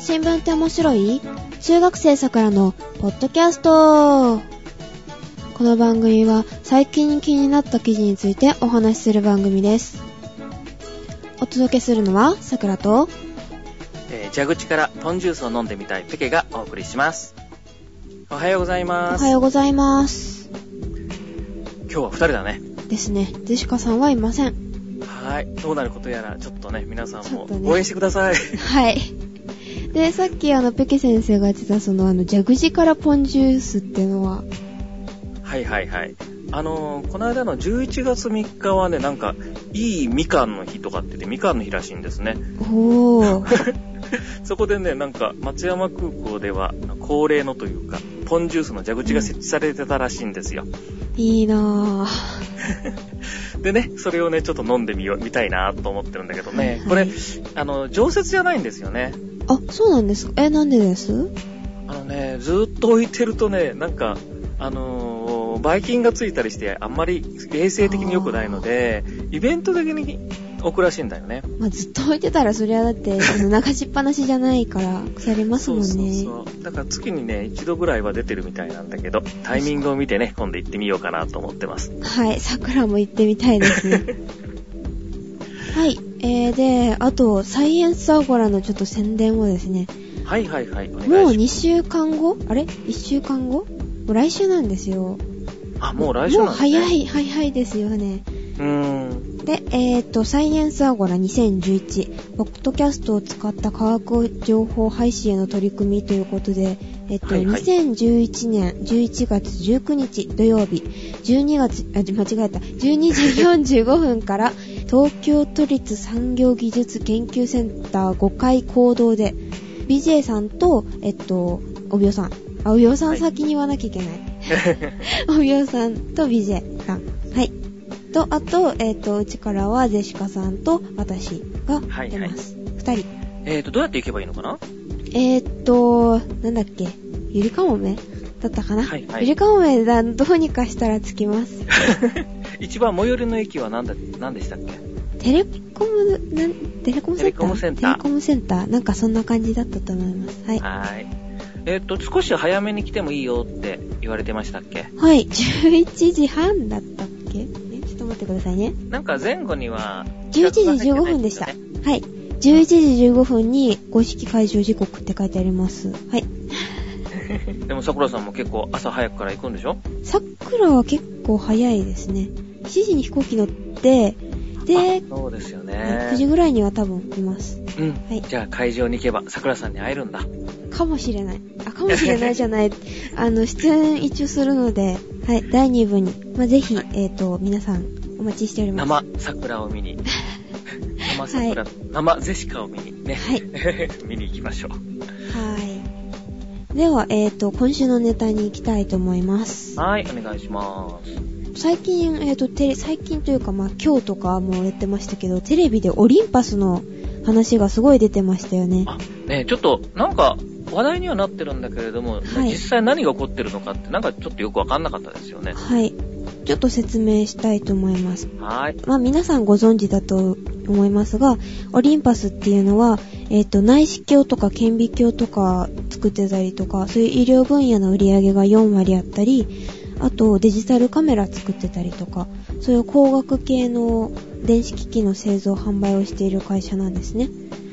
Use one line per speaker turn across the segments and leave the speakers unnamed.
新聞って面白い中学生さくらのポッドキャストこの番組は最近気になった記事についてお話しする番組ですお届けするのはさくらと
えー蛇口からポンジュースを飲んでみたいペケがお送りします。おはようござい
お
ます。
はようございます
今日は二人だね。
ですねジェシカさんはいません
はーい。どうなることやら、ちょっとね、皆さん
ちょ
も
っとね
応援してください。
はいでさっきあのペケ先生が言ってたそのあの蛇口からポンジュースってのは
はいはいはい。あのー、この間の11月3日はね、なんか、いいみかんの日とかって言って、みかんの日らしいんですね。
おー
そこでね、なんか、松山空港では、恒例のというか、ポンジュースの蛇口が設置されてたらしいんですよ。
いいなぁ
でね、それをね、ちょっと飲んでみよう、みたいなと思ってるんだけどね、こ
はいはい、
れあの、常設じゃないんですよね。
あそうなんですかえなんでです
あのね、ずーっと置いてるとね、なんか、あのー、ばい菌がついたりして、あんまり衛生的に良くないので、イベント的に置くらしいんだよね。
まあ、ずっと置いてたらそりゃだってあの流しっぱなしじゃないから腐ります
そ
もん
う
ね
そうそう。だから月にね、一度ぐらいは出てるみたいなんだけど、タイミングを見てね、今度行ってみようかなと思ってます。
はい桜も行ってみたいです ねはいえー、であとサイエンスアゴラのちょっと宣伝をですね
はいはいはい、お願いします。
もう2週間後あれ ?1 週間後もう来週なんですよ
あ、もう来週なん
もう
ですね。
早。い早いですよね
うー ん。
で、えっ、と、サイエンスアゴラ2011、ポッドキャストを使った科学情報配信への取り組みということで、えっ、と、
はいはい
2011年11月19日土曜日、12月、あ、間違えた、12時45分 から、東京都立産業技術研究センター5階行動で、BJ さんと、えっと、おびおさん。あ、おびおさ
は
ん
い
先に言わなきゃいけない。 おびおさんと BJ さん。はい。と、あと、えっ、と、うちからはゼシカさんと私が
はい
出
はい
ます。二、人。
えーと、どうやって行けばいいのかな
えっ、と、なんだっけ、ゆりかもめだったかな、
はいはい
ゆりかもめだ、どうにかしたら着きます。
一番最寄りの駅は何だ、何でしたっけ
テレコム、なん、テレコムセンター
テレコムセンター
テレコムセンターなんかそんな感じだったと思います。はい。
はーい。えっ、と、少し早めに来てもいいよって言われてましたっけ
はい、11時半だったっけね、ちょっと待ってくださいね。
なんか前後には、
11時15分でした。は
ね
い。11時15分に公式会場時刻って書いてあります。はい。
でも桜さんも結構朝早くから行くんでしょ
さくらは結構早いですね。7時に飛行機乗って、で、
あそうですよ
9時
ね。
ぐらいには多分います。
うん。
い
じゃあ会場に行けば桜さんに会えるんだ。
かもしれない。あ、かもしれないじゃ ない。あの、出演一応するので、はい、第2部に。まあ、ぜひ、えっ、と、皆さん、お待ちしております。
生桜を 見に。生桜、生ゼシカを見にね。
はい。
見に行きましょう。
はい。では、えっ、と、今週のネタに行きたいと思います。
はい、お願いします。
最近、えっ、と、テレ、最近というか、まあ、今日とかも言ってましたけど、テレビでオリンパスの話がすごい出てましたよね。
あ、ねえちょっと、なんか、話題にはなってるんだけれども、
はい
実際何が起こってるのかって、なんかちょっとよくわかんなかったですよね。
はい。ちょっと説明したいと思います。
はーい。
まあ、皆さんご存知だと思いますが、オリンパスっていうのは、えっ、と、内視鏡とか顕微鏡とか作ってたりとか、そういう医療分野の売り上げが4割あったり、あとデジタルカメラ作ってたりとか、そういう光学系の電子機器の製造販売をしている会社なんですね。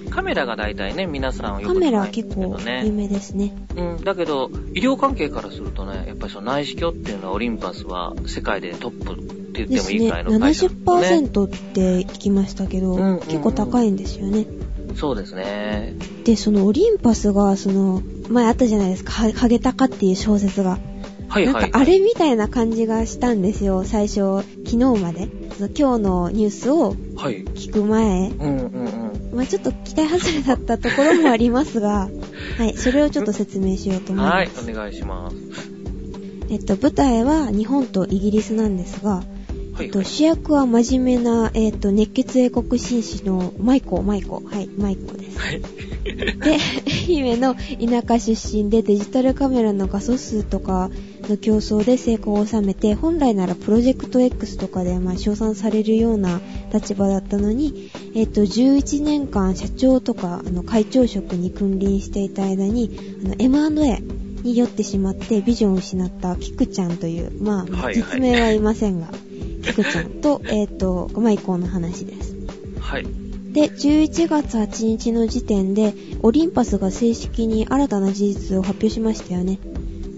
カメラが大体ね、皆さんをよ
カ
く使
メ
い
ラは
ますけ
結
ど
構有
ね。
名ですね。
うん、だけど、医療関係からするとね、やっぱりその内視鏡っていうのはオリンパスは世界でトップって言って
で
も
す
いい
ね。
くらいの会社なんですね。
70%って聞きましたけど、
うんうんうん
結構高いんですよね。
そうですね。
で、そのオリンパスが、その、前あったじゃないですか、ハハゲタカっていう小説が。
はいは
なん
い。
かあれみたいな感じがしたんですよ、最初、昨日まで。その今日のニュースを
はい。
聞く前。
うんうんうん。
まあちょっと期待外れだったところもあります が、はい、それをちょっと説明しようと思います。
はい、お願いします。
えっと、舞台は日本とイギリスなんですが、
は
えっ
い
と、
はい。
主役は真面目な、えっと、熱血英国紳士のマイコ、マイコ。はい、マイコです。
はい。
で、愛媛の田舎出身でデジタルカメラの画素数とかの競争で成功を収めて本来ならプロジェクト X とかでまあ称賛されるような立場だったのに、えっと11年間社長とかあの会長職に君臨していた間にあの M&A に酔ってしまってビジョンを失ったキクちゃんという、まあ、
はいはい
実名は言いませんが、キクちゃんと、えっ、と、まあ、以降の話です。
はい。
で、11月8日の時点で、オリンパスが正式に新たな事実を発表しましたよね。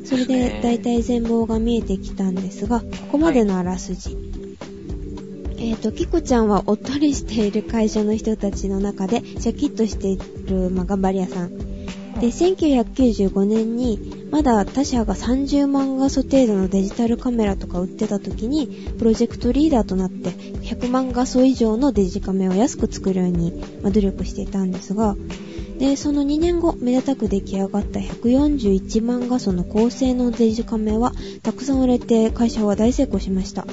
それ
です
で
ね
大体全貌が見えてきたんですが、ここまでのあらすじ。えっ、と、キコちゃんはおっとりしている会社の人たちの中で、シャキッとしている、まあ、頑張り屋さん。で、1995年に、まだ他社が30万画素程度のデジタルカメラとか売ってた時に、プロジェクトリーダーとなって、100万画素以上のデジカメを安く作るように、まあ努力していたんですが、で、その2年後、めでたく出来上がった141万画素の高性能デジカメは、たくさん売れて会社は大成功しました。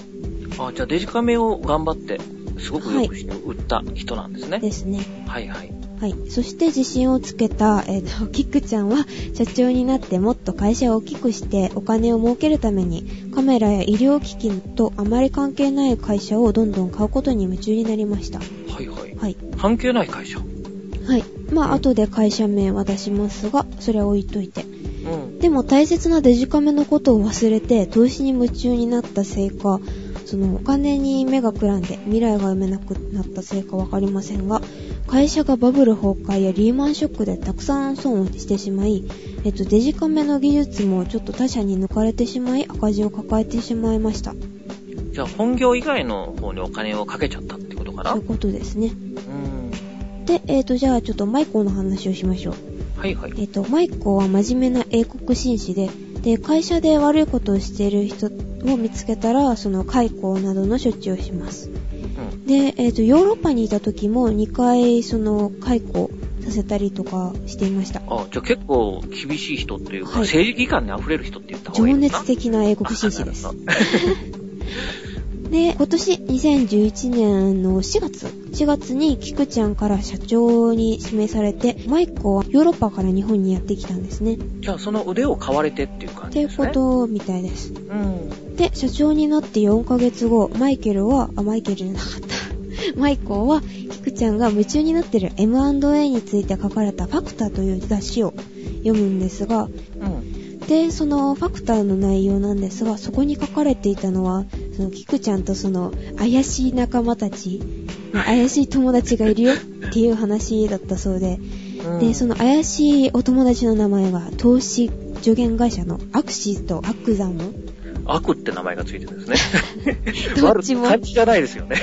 あ、じゃあデジカメを頑張って、すごくよくして売った人なんですね。
ですね。
はいはい。
はい。そして自信をつけた、えっ、と、 キックちゃんは社長になってもっと会社を大きくしてお金を儲けるためにカメラや医療機器とあまり関係ない会社をどんどん買うことに夢中になりました。
はいはい。
はい。
関係ない会社。う
はい。まあ、後で会社名は出しますが、それは置いといて。
ん。
でも大切なデジカメのことを忘れて投資に夢中になったせいか、そのお金に目がくらんで未来が読めなくなったせいかわかりませんが、会社がバブル崩壊やリーマンショックでたくさん損をしてしまい、えっと、デジカメの技術もちょっと他社に抜かれてしまい赤字を抱えてしまいました。
じゃあ本業以外の方にお金をかけちゃったってことかな
ということですね。
うん。
で、えっと、じゃあちょっとマイコーの話をしましょう。
はいはい。
えっと、マイコは真面目な英国紳士で、で、会社で悪いことをしている人を見つけたら、その解雇などの処置をします。
うん。
で、えっと、ヨーロッパにいた時も2回、その、解雇させたりとかしていました。
あ、じゃあ結構厳しい人っていうか、
はい
政治機関に溢れる人って言った方
情
がいいのかな
熱的な英国紳士です
あ。なるほ
で、今年2011年の4月、4月にキクちゃんから社長に指名されて、マイコはヨーロッパから日本にやってきたんですね。
どじゃあその腕を買われてっていう感
って
じ
い
で
う
すね。
こ。とみたいです。
うん。
で、社長になって4ヶ月後、マイケルは、あ、マイケルじゃなかった。 マイコーは、キクちゃんが夢中になってる M&A について書かれたファクターという雑誌を読むんですが、
うん。
で、そのファクターの内容なんですが、そこに書かれていたのは、そのキクちゃんとその怪しい仲間たち、怪しい友達がいるよっていう話だったそうで、で、そ
の、
の怪しいお友達の名前は、投資助言会社のアクシーとアクザム。
悪って名前がついてるんですね
どっちも
悪って感じじゃないですよね。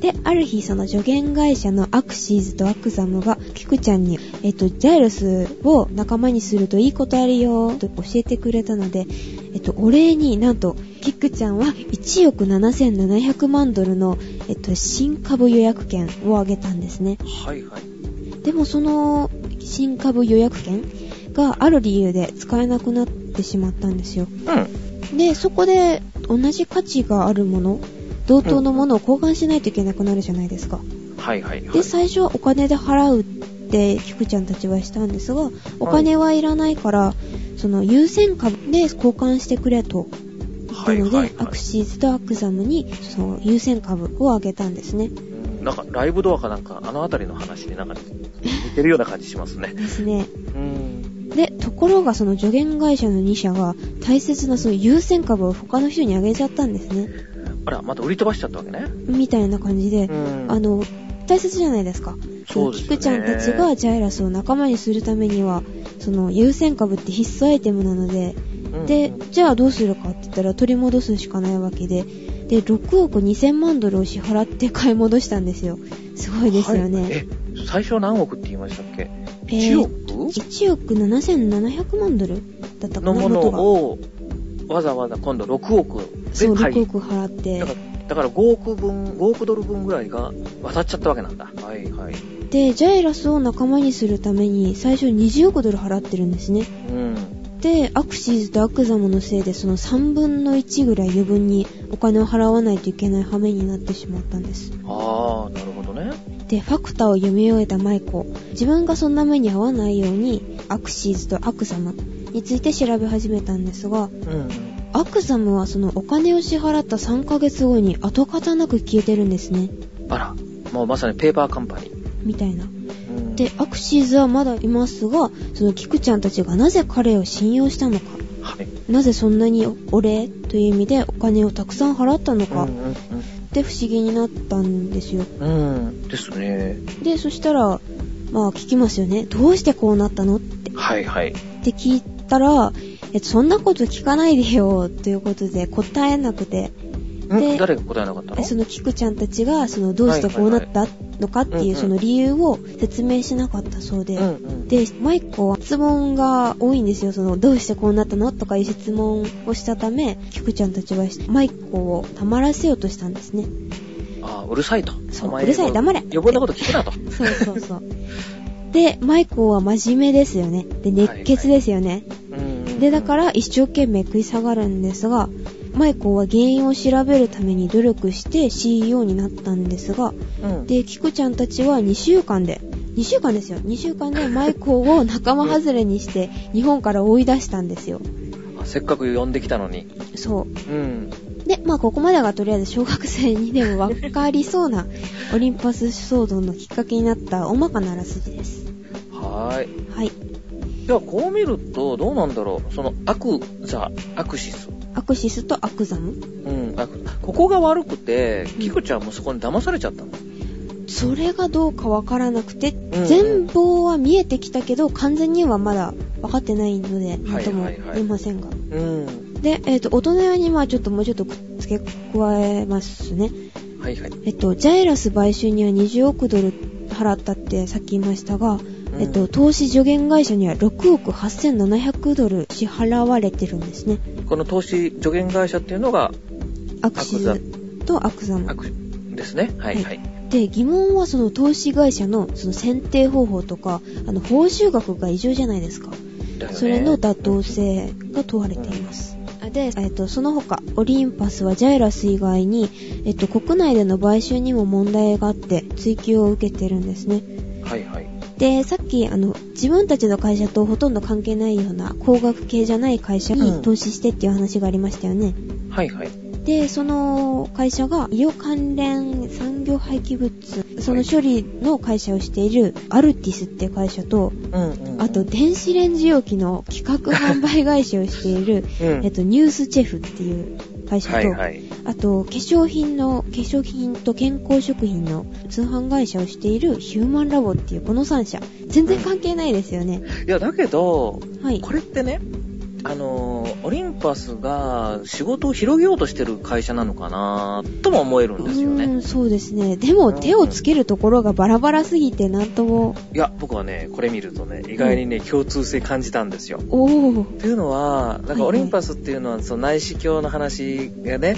で、ある日、その助言会社のアクシーズとアクザムが、キクちゃんに、えっと、ジャイロスを仲間にするといいことあるよ、と教えてくれたので、えっと、お礼になんと、キクちゃんは1億7700万ドルの、えっと、新株予約券をあげたんですね。
はいはい。
でもその新株予約券がある理由で使えなくなってしまったんですよ。
うん。
で、そこで同じ価値があるもの、同等のものを交換しないといけなくなるじゃないですか。
はいはいはい
で、。最初はお金で払うって、キクちゃんたちはしたんですが、お金はいらないから、その優先株で交換してくれと言ったので、
はいはいはい
アクシーズとアクザムに、その優先株をあげたんですね。
うんなんか、ライブドアかなんか、あのあたりの話になんか似てるような感じしますね。
ですね。
うん。
で、ところがその助言会社の2社が、大切なその優先株を他の人にあげちゃったんですね。
あら、また売り飛ばしちゃったわけね。
みたいな感じで、
ん
あの、大切じゃないですか。
そうです
キ
よね
クちゃんたちがジャイラスを仲間にするためには、その優先株って必須アイテムなので、
うん
で、じゃあどうするかって言ったら取り戻すしかないわけで、で、6億2000万ドルを支払って買い戻したんですよ。すごいですよ
はい
ね。
え、最初何億って言いましたっけ
え
?1 億、
1億7700万ドルだったかな
のもの
元が。
を、わざわざ今度6億
そ
で
う、
買
6
い。
億払って
だか。ら、だから5億分、5億ドル分ぐらいが渡っちゃったわけなんだ。はいはい。
で、ジャイラスを仲間にするために最初20億ドル払ってるんですね。
うん。
で、アクシーズとアクザムのせいでその3分の1ぐらい余分にお金を払わないといけない羽目になってしまったんです。
ああ、なるほどね。
で、ファクターを読み終えたマイコ、自分がそんな目に遭わないようにアクシーズとアクザムについて調べ始めたんですが、
うん。
アクサムはそのお金を支払った3ヶ月後に跡形なく消えてるんですね。
あら、もうまさにペーパーカンパニー。
みたいな。
うん
で、アクシーズはまだいますが、そのキクちゃんたちがなぜ彼を信用したのか、
はい。
なぜそんなにお礼という意味でお金をたくさん払ったの
うん
かって不思議になったんですよ。
うんうん。うん。ですね。
で、そしたら、まあ聞きますよね。どうしてこうなったのっ
はいはい。
て聞いたら、えそんなこと聞かないでよということで答えなくて、
ん誰が答えなかった
え
の
そのキクちゃんたちがそのどうしてこうなったのかって
はいはい
いう
はい
その理由を説明しなかったそうで、
うんうん。
で、マイコは質問が多いんですよ。その、どうしてこうなったのとかいう質問をしたため、キクちゃんたちはマイコを黙らせようとしたんですね。
あーうるさいと。
そう
お前
うるさい黙れ
余分なこと聞くなと。
そうそうそう。で、マイコは真面目ですよね。で、熱血ですよね。
うん
で、だか、ら一生懸命食い下がるんですが、マイコは原因を調べるために努力して CEO になったんですが、
うん、
で、キクちゃんたちは2週間で、2週間ですよ。2週間でマイコを仲間外れにして、日本から追い出したんですよ。
あせっかく呼んできたのに。
そう。
うん。
で、まあ、ここまでがとりあえず小学生にでも分かりそうな、オリンパス騒動のきっかけになった大まかなあらすじです。
はーい。
はい。
じゃあ、こう見ると、どうなんだろう。その、アクザ、アクシス。
アクシスとアクザム。
うん。アクここが悪くて
ん、
キクちゃんもそこに騙されちゃったの。
それがどうか分からなくて、
うん
全貌は見えてきたけど、完全にはまだ分かってないので、な
は
ん
い
とも
はいはい
言えませんが。
うん。
で、えっ、と、大人用にまあちょっともうちょっと付け加えますね。
はいはい。
えっと、ジャイラス買収には20億ドル払ったってさっき言いましたが、えっと、投資助言会社には6億8700ドル支払われてるんですね。
この投資助言会社っていうのが、
アクシズとアクザ
ア
ム。
クですね。はいはい。
で、疑問はその投資会社のその選定方法とか、あの、報酬額が異常じゃないですか。
だよね
それの妥当性が問われています。あで、えっと、その他、オリンパスはジャイラス以外に、えっと、国内での買収にも問題があって、追及を受けてるんですね。
はいはい。
で、さっき、あの、自分たちの会社とほとんど関係ないような工学系じゃない会社
う
に
ん
投資してっていう話がありましたよね。
はいはい。
で、その会社が医療関連産業廃棄物、その処理の会社をしているアルティスっていう会社と、
うんうんうん
あと、電子レンジ容器の企画販売会社をしている、
うん
えっと、ニュースチェフっていう会社と、
はいはい。
あと、化粧品の、化粧品と健康食品の通販会社をしているヒューマンラボっていうこの3社。全然関係ないですよね。
いや、だけど、
はい。
これってね、あのー、オリンパスが仕事を広げようとしてる会社なのかなとも思えるんですよ
うー
ね。
ん、そうですね。でも、
うん
手をつけるところがバラバラすぎて、なんとも、
いや、僕はね、これ見るとね、意外にね、共通性感じたんですよ。
おー。
というのは、なんか
はい
オ
はい
リンパスっていうのは、その内視鏡の話がね、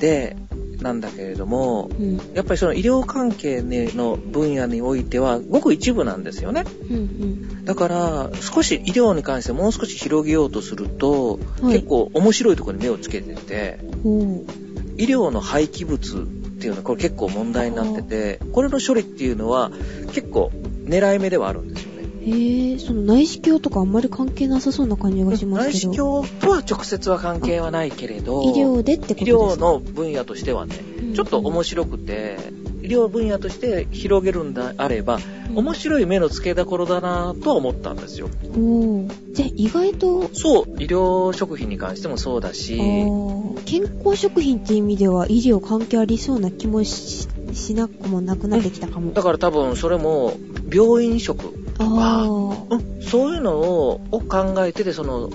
で、なんだけれども、
うん、うん、
やっぱりその医療関係の分野においては、ごく一部なんですよね。
うん、
だから、少し医療に関してもう少し広げようとすると、
はい
結構面白いところに目をつけてて、
うん。おー。
医療の廃棄物っていうのはこれ結構問題になってて、これの処理っていうのは結構狙い目ではあるんですよね。
えー、その内視鏡とかあんまり関係なさそうな感じがします
内
け
視
ど。
鏡とは直接は関係はないけれど、
医療でってこと
医
で
療
すか
の分野としてはね、
うん
ちょっと面白くて、医療分野として広げるんであれば、面白い目の付けどころだなぁとは思ったんですよ。
い。おー。じゃあ、意外と、
そう、医療食品に関してもそうだ
あ
し、
ー健康食品っていう意味では、医療関係ありそうな気もししなくもなくなってきたかも。
だから多分それも病院食、
あ
う
ー。
ん、そういうのをを考えてて、その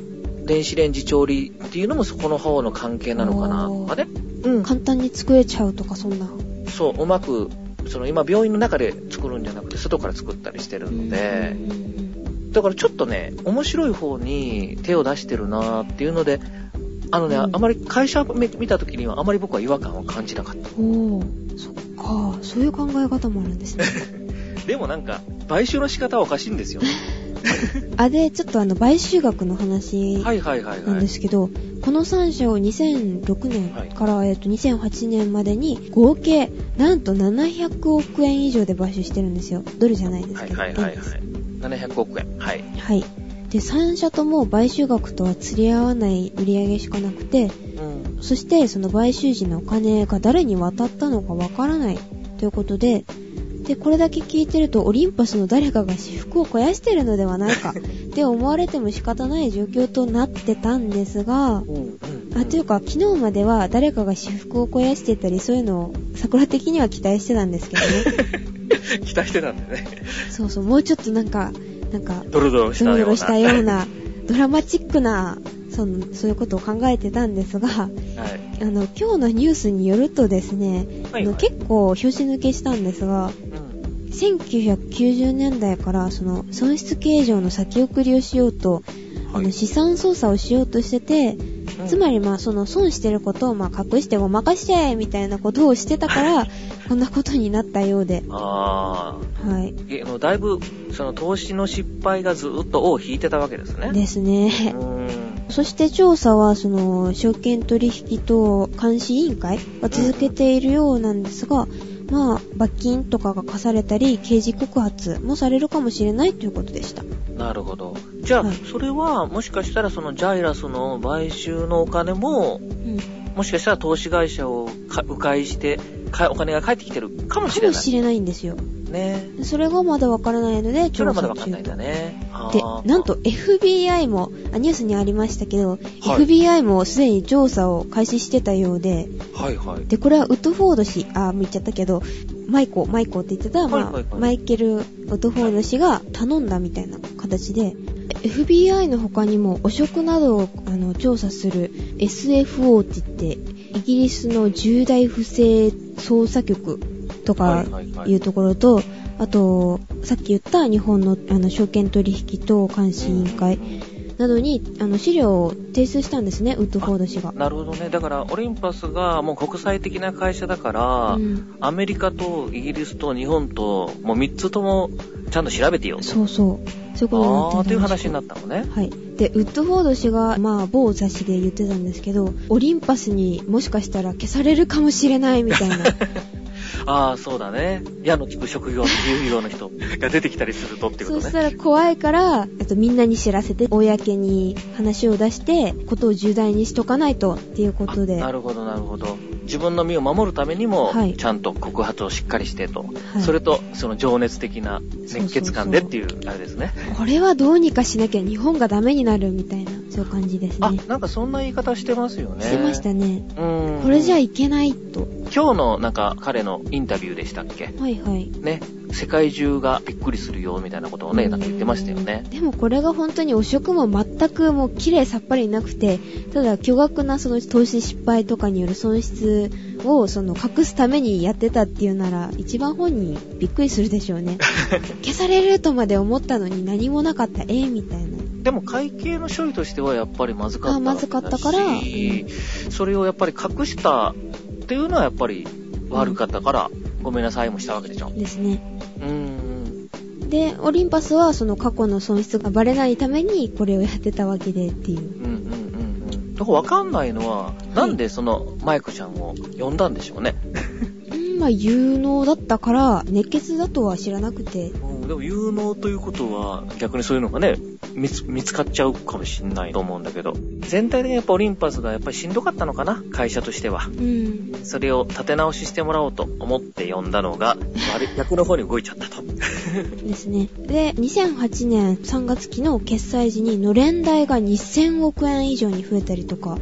電子レンジ調理っていうのもそこの方の関係なのかなとかね。うん、
簡単に作れちゃうとか、そんな。
そう、うまく、その今病院の中で作るんじゃなくて、外から作ったりしてるので、
うんうんうん
だからちょっとね、面白い方に手を出してるなっていうので、あのね、
うん
あまり会社見見た時にはあまり僕は違和感を感じなかった。
おお、そっか、そういう考え方もあるん ですね。
でもなんか、買収の仕方はおかしいんですよ。
あ、で、ちょっとあの、買収額の話
はいはいはい
なん
は
で
い。
すけど、この3社を2006
はい
年から、えっと、2008年までに、合計、なんと700億円以上で買収してるんですよ。ドルじゃないです
は
け
い
ど。
はいはいはい
円です。
700億円。はい。
はい。で3社とも買収額とは釣り合わない売り上げしかなくて
うん。
そしてその買収時のお金が誰に渡ったのかわからないということででこれだけ聞いてるとオリンパスの誰かが私服を肥やしてるのでは ないかって思われても仕方ない状況となってたんですが
うん。
あというか昨日までは誰かが私服を肥やしてたりそういうのを桜的には期待してたんですけど ね
期待してたんだよね。
そうそうもうちょっとなんかなんか
ドロドロ
ド
したような。
ロドロしたようなドラマチックなそのそういうことを考えてたんですがあ
はい。
の今日のニュースによるとですね、
はい
あの
はい
結構表紙抜けしたんですが
うん。
1990年代からその損失計上の先送りをしようと、あの資産操作をしようとしててつまり
り、
まあその損してることをまあ隠してごまかしちゃえみたいなことをしてたから こんなことになったようで、
ああ、
はい、
えあのだいぶ、その投資の失敗がずっと尾を引いてたわけですね。
ですね。
うーん。
そして調査は、その、証券取引等監視委員会が続けているようなんですが、まあ、罰金とかが課されたり、刑事告発もされるかもしれないということでした。
なるほど。じゃあ、
はい
それは、もしかしたら、そのジャイラスの買収のお金も、
うん。か
もしかしたら投資会社をか迂回して、かお金が返ってきてるかもしれ
も
ない。
しれないんですよ。
ね。
それがまだわからないので、
それ
調
はまだ
査
わか
中
んないんだね。
で
あ、ー
なんと、FBI も、あニュースにありましたけど、
い
FBI もすでに調査を開始してたようで、
はいはい。
で、これはウッドフォード氏、あ、もう言っちゃったけど、マイコ、マイコって言ってた、まあ
はいはいはい
マイケル・ウッドフォード氏が頼んだみたいな形で、FBI の他にも汚職などをあの調査する SFO って言って、イギリスの重大不正捜査局とか
はいはいはい
いうところと、あと、さっき言った日本のあの証券取引等監視委員会などにあの資料を提出したんですね、ウッドフォード氏が。
なるほどね。だから、オリンパスがもう国際的な会社だから、
うん
アメリカとイギリスと日本と、もう3つともちゃんと調べてよ。
そうそう。そういうことになって
あ
た
あ、
ん
という話
よ
になったのね。
はい。で、ウッドフォード氏が、まあ、某雑誌で言ってたんですけど、オリンパスにもしかしたら消されるかもしれないみたい な。
ああ、そうだね。矢のつく職業、自由業の人 が出てきたりするとってこ
そう
と
し
ね。
たら怖いから、えっと、みんなに知らせて、公に話を出して、ことを重大にしとかないと、っていうことで。
なるほど、なるほど。自分の身を守るためにも、
はい
ちゃんと告発をしっかりしてと。
はい
それと、その情熱的な熱血感でっていう、あれですね。
これはどうにかしなきゃ日本がダメになるみたいな、そういう感じです
あ
ね。、
なんかそんな言い方してますよね。
してましたね。
うん。
これじゃいけないと。
今日のなんか彼のインタビューでしたっけ
はいはい。
ね。世界中がびっくりするよみたいなことをね、なんか言ってましたよね。
でもこれが本当に汚職も全くもう綺麗さっぱりなくて、ただ巨額なその投資失敗とかによる損失をその隠すためにやってたっていうなら、一番本人びっくりするでしょう ね。消されるとまで思ったのに何もなかった、えー、みたいな。
でも会計の処理としてはやっぱりまずかった
あまずかったから
しそれをやっぱり隠したっていうのはやっぱり悪かったから、ごめんなさいもしたわけでしょ。
ですね。
うん。
で、オリンパスはその過去の損失がバレないためにこれをやってたわけでっていう。
うんうんうんうん。だからわかんないのは、なんでそのマイクちゃんを呼んだんでしょうね。
うん、まあ有能だったから、熱血だとは知らなくて。
うん、でも有能ということは逆にそういうのがね見つ見つかっちゃうかもしんないと思うんだけど全体的にやっぱオリンパスがやっぱりしんどかったのかな会社としては
うん。
それを立て直ししてもらおうと思って呼んだのが悪い 逆の方に動いちゃったと
ですね。で、2008年3月期の決済時に、のれん代が2000億円以上に増えたりとか、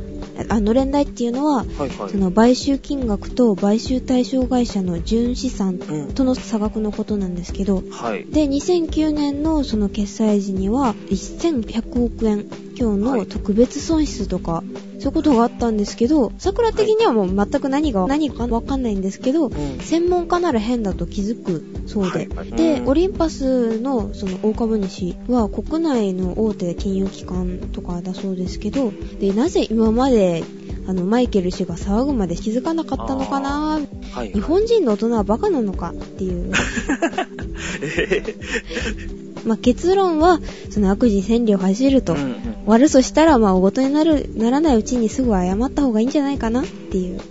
あ、のれん代っていうのは、
はいは
その買収金額と買収対象会社の純資産
うん
との差額のことなんですけど、
はい
で、2009年のその決済時には、1100億円今日
は
の
い
特別損失とか、そういうことがあったんですけど、桜的にはもう全く何が、何かわかんないんですけど、
うん
専門家なら変だと気づくそうで、
はい
で
うん
オリンパスのその大株主は国内の大手金融機関とかだそうですけどでなぜ今まであのマイケル氏が騒ぐまで気づかなかったのかな
はい
日本人の大人はバカなのかっていう
えへへ
まあ、結論はその悪事千里を走ると、
うんうん
悪そうしたらまあ大事になるならないうちにすぐ謝った方がいいんじゃないかなっていうよ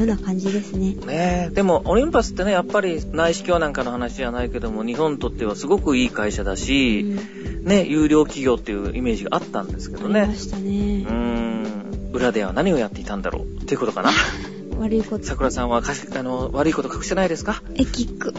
うな感じですね。
ねえ、でもオリンパスってね、やっぱり内視鏡なんかの話じゃないけども、日本にとってはすごくいい会社だ
う
し、
ん
ね、有料企業っていうイメージがあったんですけど
ありま
ね。
した
う
ね
ー。ん、裏では何をやっていたんだろうっていうこと かな。
悪いこと。
桜さんはかしあの悪いこと隠してないです か
え、キック。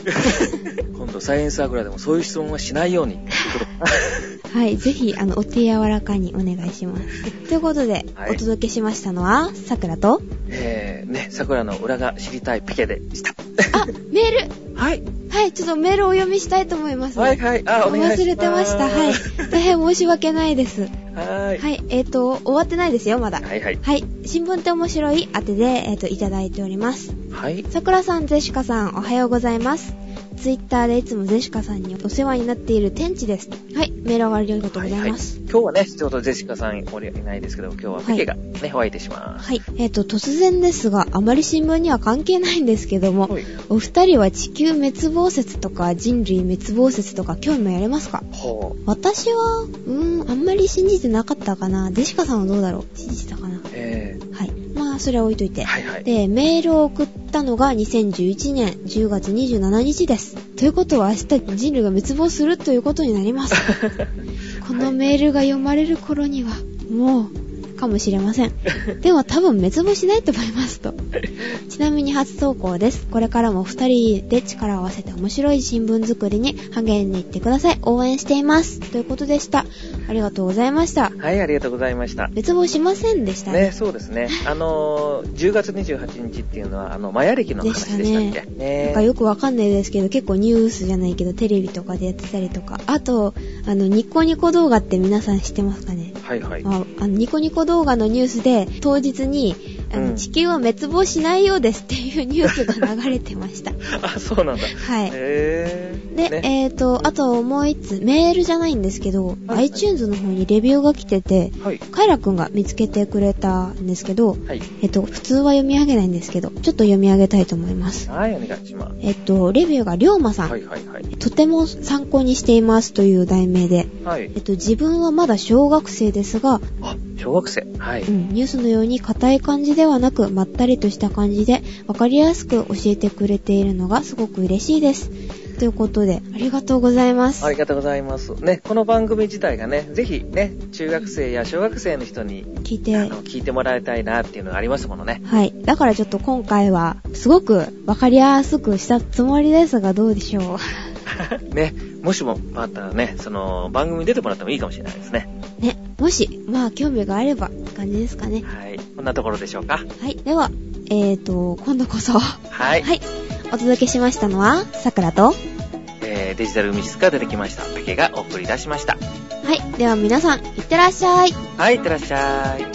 今度サイエンスアグラでもそういう質問はしないよ うにっていうことか
はい、ぜひ、あの、お手柔らかにお願いし ます。ということで、
はい
お届けしましたのは、さくら と、
な。えー、ね、桜の裏が知りたいピケでした。
あ、メール
はい、
はい、ちょっとメールをお読みしたいと思います。
はい、はい、あ、お願いします。
忘れてました。はい。 大変申し訳ないです。は。
はいーい。
えっ、と、終わってないですよ、まだ。
はい、はい。
はい。新聞って面白い宛てで、えっ、と、いただいております。
はい。
さくらさん、ゼシカさん、おはようございます。ツイッターでいつもゼシカさんにお世話になっている天地です。はい、メールは終わりありがとうございます。
今日はね、ちょうどジェシカさんおりいないですけど、今日はピケがね、お相手します。
はい、えっ、と、突然ですが、あまり新聞には関係ないんですけども、
はい
お二人は地球滅亡説とか人類滅亡説とか興味はありますか
ほう。
私は、うーん、あんまり信じてなかったかな。デシカさんはどうだろう信じてたかな
え
はい。まあ、それは置いといて。
ー、はいはい。
で、メールを送ったのが2011年10月27日です。ということは明日人類が滅亡するということになり ます。このメールが読まれる頃には、もう、かもしれません。でも多分滅亡しないと思いますと。ちなみに初投稿です。これからもお二人で力を合わせて面白い新聞作りに励んでいってください。応援しています。ということでした。ありがとうございました。
はい、ありがとうございました。
滅亡しませんでした
ね、そうですね。あのー、10月28日っていうのは、あの、マヤ歴の話でしたっけ
なん
ね
かよくわかんないですけど、結構ニュースじゃないけど、テレビとかでやってたりとか、あと、あの、ニコニコ動画って皆さん知ってますかね
はいはい。
ああのニコニコ動画のニュースで、当日に、あの
うん
地球は滅亡しないようですっていうニュースが流れてま した。
あ、そうなんだ。
はい。
へー。
で、
ね、
えーと、あともう一つ、メールじゃないんですけど、
はい
iTunes の方にレビューが来てて、
はい。
カイラくんが見つけてくれたんですけど、
はい。
えっと、普通は読み上げないんですけど、ちょっと読み上げたいと思います。
はい、お願いします。
えっと、レビューがりょうまさん。
はいはいはい。
とても参考にしていますという題名で、
はい
え。っと、自分はまだ小学生ですが、。
あ、小学生。はいう
んニュースのように硬い感じではなく、まったりとした感じで、わかりやすく教えてくれているのがすごく嬉しいです。ということで、ありがとうございます。
ありがとうございます。ね、この番組自体がね、ぜひね、中学生や小学生の人に、
聞い
あ
て、
の、聞いてもらいたいなっていうのがありますものね。
はい。だからちょっと今回は、すごくわかりやすくしたつもりですが、どうで しょ
ね、もしも、またね、その、番組に出てもらってもいいかもしれないですね。
う。ね、もし、まあ興味があれば、って感じですかね。
はい。こんなところでしょうか。
はい。では、えーと、今度こそ。
はい。
はい。お届けしましたのは、さくらと。は
えー、デジタルミスが出てきました。竹がお送り出しました。
い。では皆さん、いってらっしゃい。
はい、いってらっしゃい。